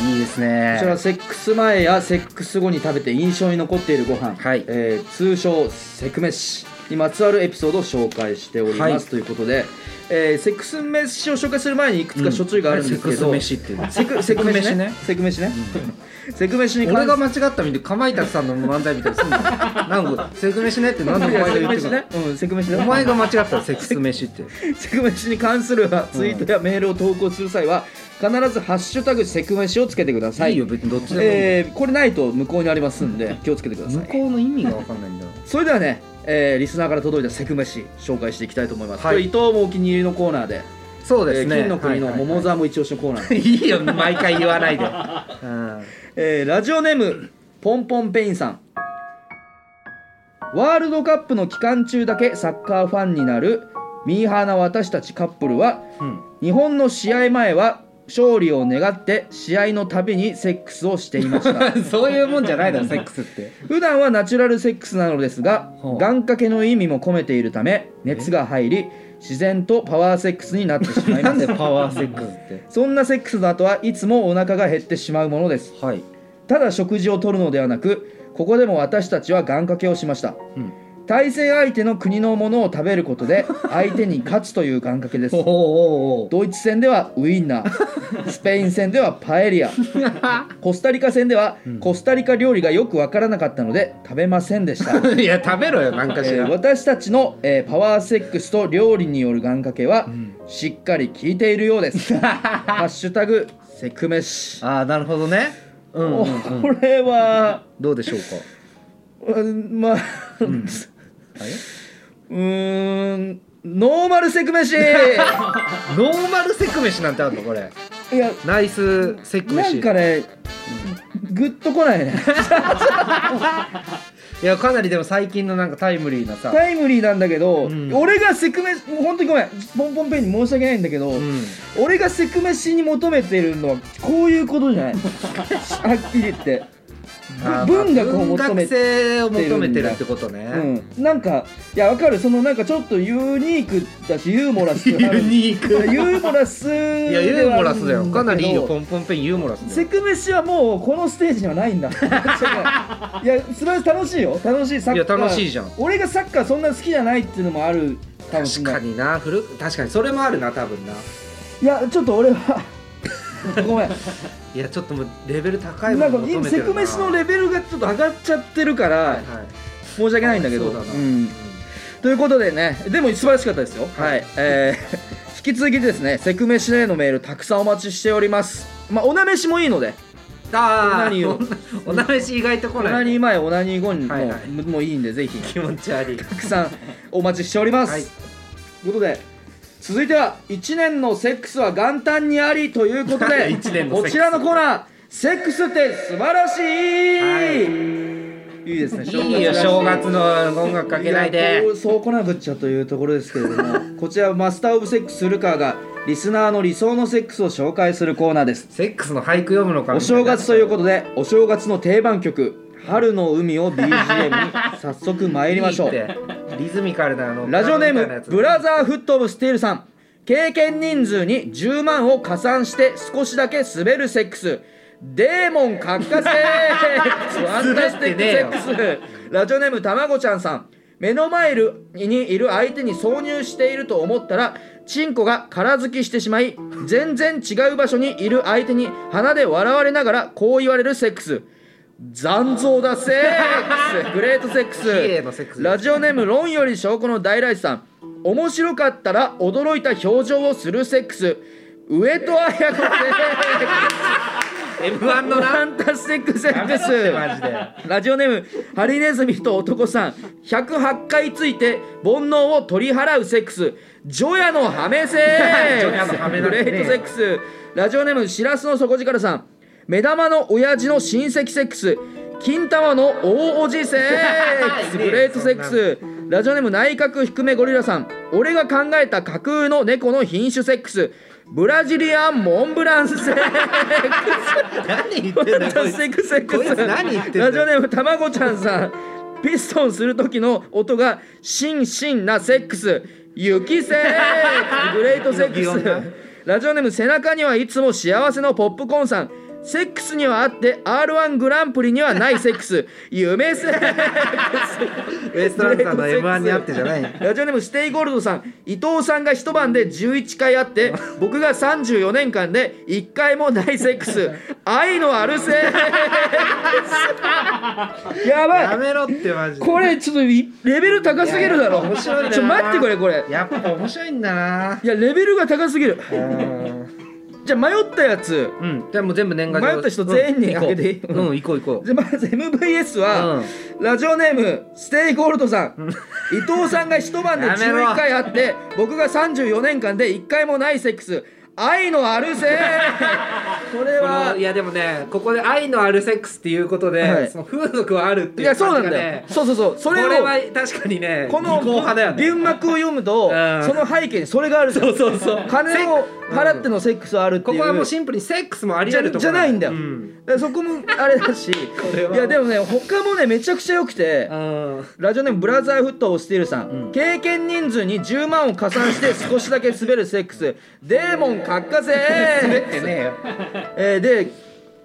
[SPEAKER 1] いいですね
[SPEAKER 2] ちらセックス前やセックス後に食べて印象に残っているご飯、
[SPEAKER 1] はい
[SPEAKER 2] えー通称セク飯にまつわるエピソードを紹介しております、
[SPEAKER 1] はい
[SPEAKER 2] ということで、えーセックス飯を紹介する前にいくつか諸注意があるんですけど、
[SPEAKER 1] うんセックス飯っていうの
[SPEAKER 2] セクセク飯ね
[SPEAKER 1] セ
[SPEAKER 2] セク飯ね、セク飯に関
[SPEAKER 1] 俺が間違ったみたいでかまいたちさんの漫才みたいにすんのなんか「セクメシね」って何でお前が言ってくるの
[SPEAKER 2] うんセク飯ね
[SPEAKER 1] お前が間違ったらセックス飯って
[SPEAKER 2] セク飯に関するツイートやメールを投稿する際は必ず「ハッシュタグセク飯」をつけてください
[SPEAKER 1] いいよ別にどっちでもいい、
[SPEAKER 2] えーこれないと無効になりますんで気をつけてくださ
[SPEAKER 1] 向
[SPEAKER 2] い
[SPEAKER 1] こうの意味が分かんないんだよ
[SPEAKER 2] それではね、えーリスナーから届いたセク飯紹介していきたいと思います、
[SPEAKER 1] はい
[SPEAKER 2] これ伊藤もお気に入りのコーナーで
[SPEAKER 1] そうですね、
[SPEAKER 2] えー金の国の桃
[SPEAKER 1] はい
[SPEAKER 2] 沢も一押しのコーナーで、
[SPEAKER 1] はいはい、いいよ毎回言わないで、うん、
[SPEAKER 2] えーラジオネームポンポンペインさんワールドカップの期間中だけサッカーファンになるミーハーな私たちカップルは
[SPEAKER 1] うん
[SPEAKER 2] 日本の試合前は勝利を願って試合のたびにセックスをしていました
[SPEAKER 1] そういうもんじゃないだろセックスって
[SPEAKER 2] 普段はナチュラルセックスなのですが
[SPEAKER 1] ほう
[SPEAKER 2] 願掛けの意味も込めているため熱が入り自然とパワーセックスになってしまい
[SPEAKER 1] な
[SPEAKER 2] ま
[SPEAKER 1] ん
[SPEAKER 2] す
[SPEAKER 1] でパワーセックスって
[SPEAKER 2] そんなセックスの後はいつもお腹が減ってしまうものです
[SPEAKER 1] はい、
[SPEAKER 2] ただ食事をとるのではなくここでも私たちは願掛けをしました
[SPEAKER 1] うん、
[SPEAKER 2] 対戦相手の国のものを食べること で相手に勝つという願掛けです
[SPEAKER 1] おおお
[SPEAKER 2] ドイツ戦ではウインナ ースペイン戦ではパエリアコスタリカ戦ではコスタリカ料理がよくわからなかったので食べませんでした、
[SPEAKER 1] おいや食べろよなん
[SPEAKER 2] え
[SPEAKER 1] かし
[SPEAKER 2] ー
[SPEAKER 1] ら、
[SPEAKER 2] 私たちの、えーパワーセックスと料理による願掛けは、しっかり効いているようです ハッシュタグセクメシ
[SPEAKER 1] ああなるほどねうん、うんうん
[SPEAKER 2] これは
[SPEAKER 1] どうでしょうか
[SPEAKER 2] うんまあ、う ーんノーマルセクメ シいや
[SPEAKER 1] ノーマルセク飯なんてあるのこれナイスセック
[SPEAKER 2] な
[SPEAKER 1] 飯
[SPEAKER 2] んかねグッとこないね
[SPEAKER 1] いやかなりでも最近のなんかタイムリーなさ、
[SPEAKER 2] タイムリーなんだけど、
[SPEAKER 1] うん
[SPEAKER 2] 俺がセクメシもう本当にごめんポンポンペイに申し訳ないんだけど、
[SPEAKER 1] うん、
[SPEAKER 2] 俺がセクメシに求めてるのはこういうことじゃないはっきり言って、
[SPEAKER 1] あー
[SPEAKER 2] 文学を
[SPEAKER 1] 文
[SPEAKER 2] 求めて
[SPEAKER 1] 学性を求めてるってことね、
[SPEAKER 2] うん、なんかいやわかるそのなんかちょっとユニークだしユーモラス
[SPEAKER 1] ユニーク
[SPEAKER 2] ユーモラスい
[SPEAKER 1] いやユーモラスだよかなりいいよポンポンペンユーモラスだ
[SPEAKER 2] セ
[SPEAKER 1] よ
[SPEAKER 2] クメシはもうこのステージにはないん だいや素晴らしい楽しいよ楽しいサッカー
[SPEAKER 1] いや楽しいじゃん
[SPEAKER 2] 俺がサッカーそんな好きじゃないっていうのもあるかもしれ
[SPEAKER 1] 確
[SPEAKER 2] ない
[SPEAKER 1] かにな古確かにそれもあるな多分ない
[SPEAKER 2] やちょっと俺はご めん
[SPEAKER 1] いやちょっともうレベル高いも
[SPEAKER 2] な
[SPEAKER 1] の
[SPEAKER 2] んか
[SPEAKER 1] 求めてるな
[SPEAKER 2] セクメシのレベルがちょっと上がっちゃってるから、
[SPEAKER 1] はいはい
[SPEAKER 2] 申し訳ないんだけど
[SPEAKER 1] そうだな
[SPEAKER 2] うんということでねでも素晴らしかったですよはい、えー 引き続きですねセクメシへのメールたくさんお待ちしておりますまあおなめしもいいので
[SPEAKER 1] ああ
[SPEAKER 2] オナニーを
[SPEAKER 1] おなめし意外と来
[SPEAKER 2] オナ
[SPEAKER 1] な
[SPEAKER 2] ニ
[SPEAKER 1] い
[SPEAKER 2] ー前オナニー後にも,、
[SPEAKER 1] はいはい
[SPEAKER 2] もういいんでぜひ
[SPEAKER 1] 気持ち悪い
[SPEAKER 2] たくさんお待ちしております、
[SPEAKER 1] はい
[SPEAKER 2] ということで続いては1年のセックスは元旦にありということで
[SPEAKER 1] 一年のセックス
[SPEAKER 2] こちらのコーナーセックスって素晴らしい、い、いですね
[SPEAKER 1] いいよ正月の音楽かけない
[SPEAKER 2] や
[SPEAKER 1] で
[SPEAKER 2] こうそうこなぶっちゃというところですけれど もこちらはマスター・オブ・セックス・するかがリスナーの理想のセックスを紹介するコーナーです
[SPEAKER 1] セックスの俳句読むのか
[SPEAKER 2] お
[SPEAKER 1] みた
[SPEAKER 2] 正
[SPEAKER 1] いな
[SPEAKER 2] 月ということでお正月の定番曲「春の海」を BGM に早速参りましょう
[SPEAKER 1] いいってリズミカルなあの
[SPEAKER 2] ラジオネームブラ
[SPEAKER 1] ー
[SPEAKER 2] ザーフット・オブ・スティールさん経験人数に10万を加算して少しだけ滑るセックスデーモン閣下セック スワンタスティックセックスラジオネームたまごちゃんさん目の前いるにいる相手に挿入していると思ったらチンコが空付きしてしまい全然違う場所にいる相手に鼻で笑われながらこう言われるセックス残像だセック スグレートセックス
[SPEAKER 1] 綺麗なセックス
[SPEAKER 2] ラジオネーム論より証拠の大来さん面白かったら驚いた表情をするセックス上戸彩子セックス
[SPEAKER 1] M1 のな
[SPEAKER 2] ファンタスティックセック
[SPEAKER 1] やめろってマジ
[SPEAKER 2] ス
[SPEAKER 1] で
[SPEAKER 2] ラジオネームハリネズミと男さん108回ついて煩悩を取り払うセックス除夜のハメセックス
[SPEAKER 1] 除夜のハメなん
[SPEAKER 2] グ
[SPEAKER 1] てね
[SPEAKER 2] レートセックスラジオネームしらすの底力さん目玉の親父の親戚セックス金玉の大おじセックス
[SPEAKER 1] いねえよ
[SPEAKER 2] グレートセック
[SPEAKER 1] そん
[SPEAKER 2] スラジオネーム内角低めゴリラさん俺が考えた架空の猫の品種セックスブラジリアンモンブランセック
[SPEAKER 1] 何言 ってんだよこい
[SPEAKER 2] ス
[SPEAKER 1] つ
[SPEAKER 2] セックスセック
[SPEAKER 1] こい
[SPEAKER 2] ス
[SPEAKER 1] つ何言ってんだよ
[SPEAKER 2] ラジオネームたまごちゃんさんピストンする時の音がシンシンなセックス雪セックスグレートセ
[SPEAKER 1] 雪の
[SPEAKER 2] ッ
[SPEAKER 1] 擬音
[SPEAKER 2] ク
[SPEAKER 1] な
[SPEAKER 2] スラジオネーム背中にはいつも幸せのポップコーンさんセックスにはあって r 1グランプリにはないセックス夢セック
[SPEAKER 1] ウエストランドさんの M1 にあってじゃない
[SPEAKER 2] スラジオネームステイゴールドさん伊藤さんが一晩で11回会 って僕が34年間で1回もないセックス愛のある セックスやばい
[SPEAKER 1] やめろってマジで
[SPEAKER 2] これちょっといレベル高すぎるだろ
[SPEAKER 1] いや面白いな
[SPEAKER 2] ちょ待ってこれこれ
[SPEAKER 1] やっぱ面白いんだない
[SPEAKER 2] やレベルが高すぎる
[SPEAKER 1] うん
[SPEAKER 2] じゃあ迷ったやつ
[SPEAKER 1] うんじゃあもう全部年賀状
[SPEAKER 2] 迷った人全員にあげていい
[SPEAKER 1] うん行こううん 行こう行こ
[SPEAKER 2] じゃあまず MVS
[SPEAKER 1] う
[SPEAKER 2] は、
[SPEAKER 1] うん
[SPEAKER 2] ラジオネームステイゴールドさん伊藤さんが一晩で
[SPEAKER 1] やめろ
[SPEAKER 2] 11回会って僕が34年間で1回もないセックス愛のあ るせこれ
[SPEAKER 1] こ
[SPEAKER 2] は
[SPEAKER 1] のいやでもねここで愛のあるセックスっていうことで、
[SPEAKER 2] はい
[SPEAKER 1] その風俗はあるっ
[SPEAKER 2] い
[SPEAKER 1] ていう
[SPEAKER 2] やそうな
[SPEAKER 1] 感
[SPEAKER 2] ん
[SPEAKER 1] じが
[SPEAKER 2] だよ
[SPEAKER 1] ね
[SPEAKER 2] そうそうそうそ
[SPEAKER 1] これ
[SPEAKER 2] れを
[SPEAKER 1] は確かにね
[SPEAKER 2] この
[SPEAKER 1] 技巧派だよね
[SPEAKER 2] 文幕を読むと
[SPEAKER 1] うん
[SPEAKER 2] その背景にそれがあるそうそうそう金を払ってのセックスはあるって
[SPEAKER 1] こ
[SPEAKER 2] いう
[SPEAKER 1] こはもうシンプルにセックスもあり
[SPEAKER 2] じ
[SPEAKER 1] あ
[SPEAKER 2] ゃ
[SPEAKER 1] るところ
[SPEAKER 2] じゃないんだよ、
[SPEAKER 1] う
[SPEAKER 2] でそこもあれ だし
[SPEAKER 1] れはい
[SPEAKER 2] やでもね他もねめちゃくちゃ良くて
[SPEAKER 1] うん
[SPEAKER 2] ラジオネームブラザーフットをしているさん、
[SPEAKER 1] うん
[SPEAKER 2] 経験人数に10万を加算して少しだけ滑るセックスデーモン閣下セ
[SPEAKER 1] 滑
[SPEAKER 2] ッ
[SPEAKER 1] っ
[SPEAKER 2] ク
[SPEAKER 1] て
[SPEAKER 2] ス、
[SPEAKER 1] ねえよ
[SPEAKER 2] えーで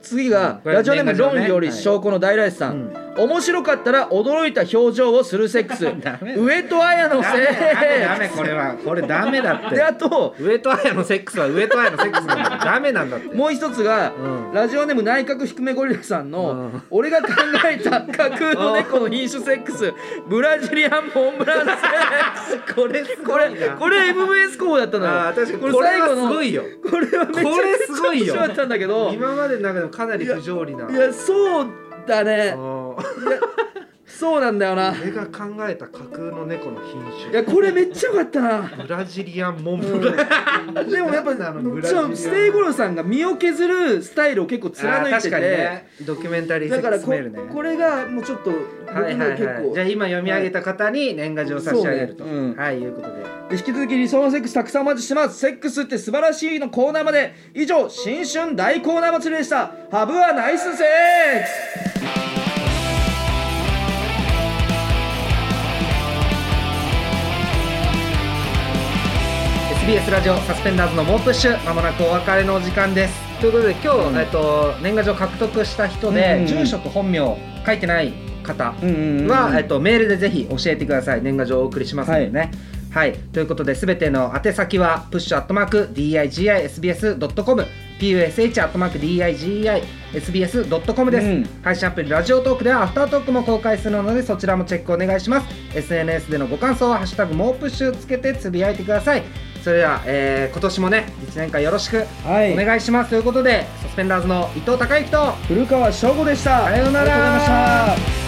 [SPEAKER 2] 次が、
[SPEAKER 1] うんこれ
[SPEAKER 2] ラジオネーム
[SPEAKER 1] 年賀状
[SPEAKER 2] 論
[SPEAKER 1] ね
[SPEAKER 2] より
[SPEAKER 1] はい
[SPEAKER 2] 証拠の大来さん、面白かったら驚いた表情をするセックス
[SPEAKER 1] ダメだ
[SPEAKER 2] 上戸彩のセ
[SPEAKER 1] ダメダ
[SPEAKER 2] ッ
[SPEAKER 1] メ
[SPEAKER 2] ク
[SPEAKER 1] これはこれダメだっ
[SPEAKER 2] スで
[SPEAKER 1] て
[SPEAKER 2] あと
[SPEAKER 1] 上戸彩のセックスは上戸彩のセックスなんだよダメなんだって
[SPEAKER 2] もう一つが、
[SPEAKER 1] うん
[SPEAKER 2] ラジオネーム内閣低めゴリラさんの、
[SPEAKER 1] うん
[SPEAKER 2] 俺が考えた架空の猫の品種セックスブラジリアンモンブランセックスこれこれこれ MVS 候補だったのよ
[SPEAKER 1] あー確かにこれはすごいよ
[SPEAKER 2] これはめちゃくちゃ
[SPEAKER 1] これすごいよ
[SPEAKER 2] 面白かったんだけどい
[SPEAKER 1] 今までの中でもかなり不条理な
[SPEAKER 2] やそうだね
[SPEAKER 1] うん
[SPEAKER 2] そうなんだよな
[SPEAKER 1] 俺が考えた架空の猫の品
[SPEAKER 2] いや
[SPEAKER 1] 種
[SPEAKER 2] これめっちゃ良かった な
[SPEAKER 1] ブラジリアンモンブラン
[SPEAKER 2] でもやっぱ
[SPEAKER 1] あのブラ
[SPEAKER 2] ち
[SPEAKER 1] ジリア
[SPEAKER 2] ょ
[SPEAKER 1] ン
[SPEAKER 2] ステイゴロさんが身を削るスタイルを結構貫いてて、
[SPEAKER 1] あー確かにねドキュメンタリー
[SPEAKER 2] だ
[SPEAKER 1] セッ
[SPEAKER 2] か
[SPEAKER 1] ク
[SPEAKER 2] ら
[SPEAKER 1] ス
[SPEAKER 2] こ,、
[SPEAKER 1] メールね
[SPEAKER 2] これがもうちょっと僕
[SPEAKER 1] はい
[SPEAKER 2] に
[SPEAKER 1] はい
[SPEAKER 2] は
[SPEAKER 1] は
[SPEAKER 2] 結構、
[SPEAKER 1] いじゃあ今読み上げた方に年賀状差し上げると
[SPEAKER 2] そうねうん
[SPEAKER 1] はいいうことで
[SPEAKER 2] で引き続き理想のセックスたくさんお待ちしてますセックスって素晴らしいのコーナーまで以上新春大コーナー祭りでしたハブはナイスセックス
[SPEAKER 1] えー SBS ラジオサスペンダーズの猛プッシュまもなくお別れのお時間ですということで今日、えっと、年賀状獲得した人で、
[SPEAKER 2] うんうん
[SPEAKER 1] 住所と本名書いてない方
[SPEAKER 2] うんうんうん
[SPEAKER 1] は、えっと、メールでぜひ教えてください年賀状をお送りしますのでねはい、ということで全ての宛先はプッシュアットマーク digisbs.com push アットマーク digisbs.com です、
[SPEAKER 2] うん
[SPEAKER 1] 配信アプリラジオトークではアフタートークも公開するのでそちらもチェックお願いします SNS でのご感想は「ハッシュタグもうプッシュ」つけてつぶやいてくださいそれでは、えー今年もね1年間よろしく
[SPEAKER 2] はい
[SPEAKER 1] お願いしますということでサスペンダーズの伊藤孝之と
[SPEAKER 2] 古川翔吾でした
[SPEAKER 1] さような
[SPEAKER 2] あ
[SPEAKER 1] ら
[SPEAKER 2] りがとうございました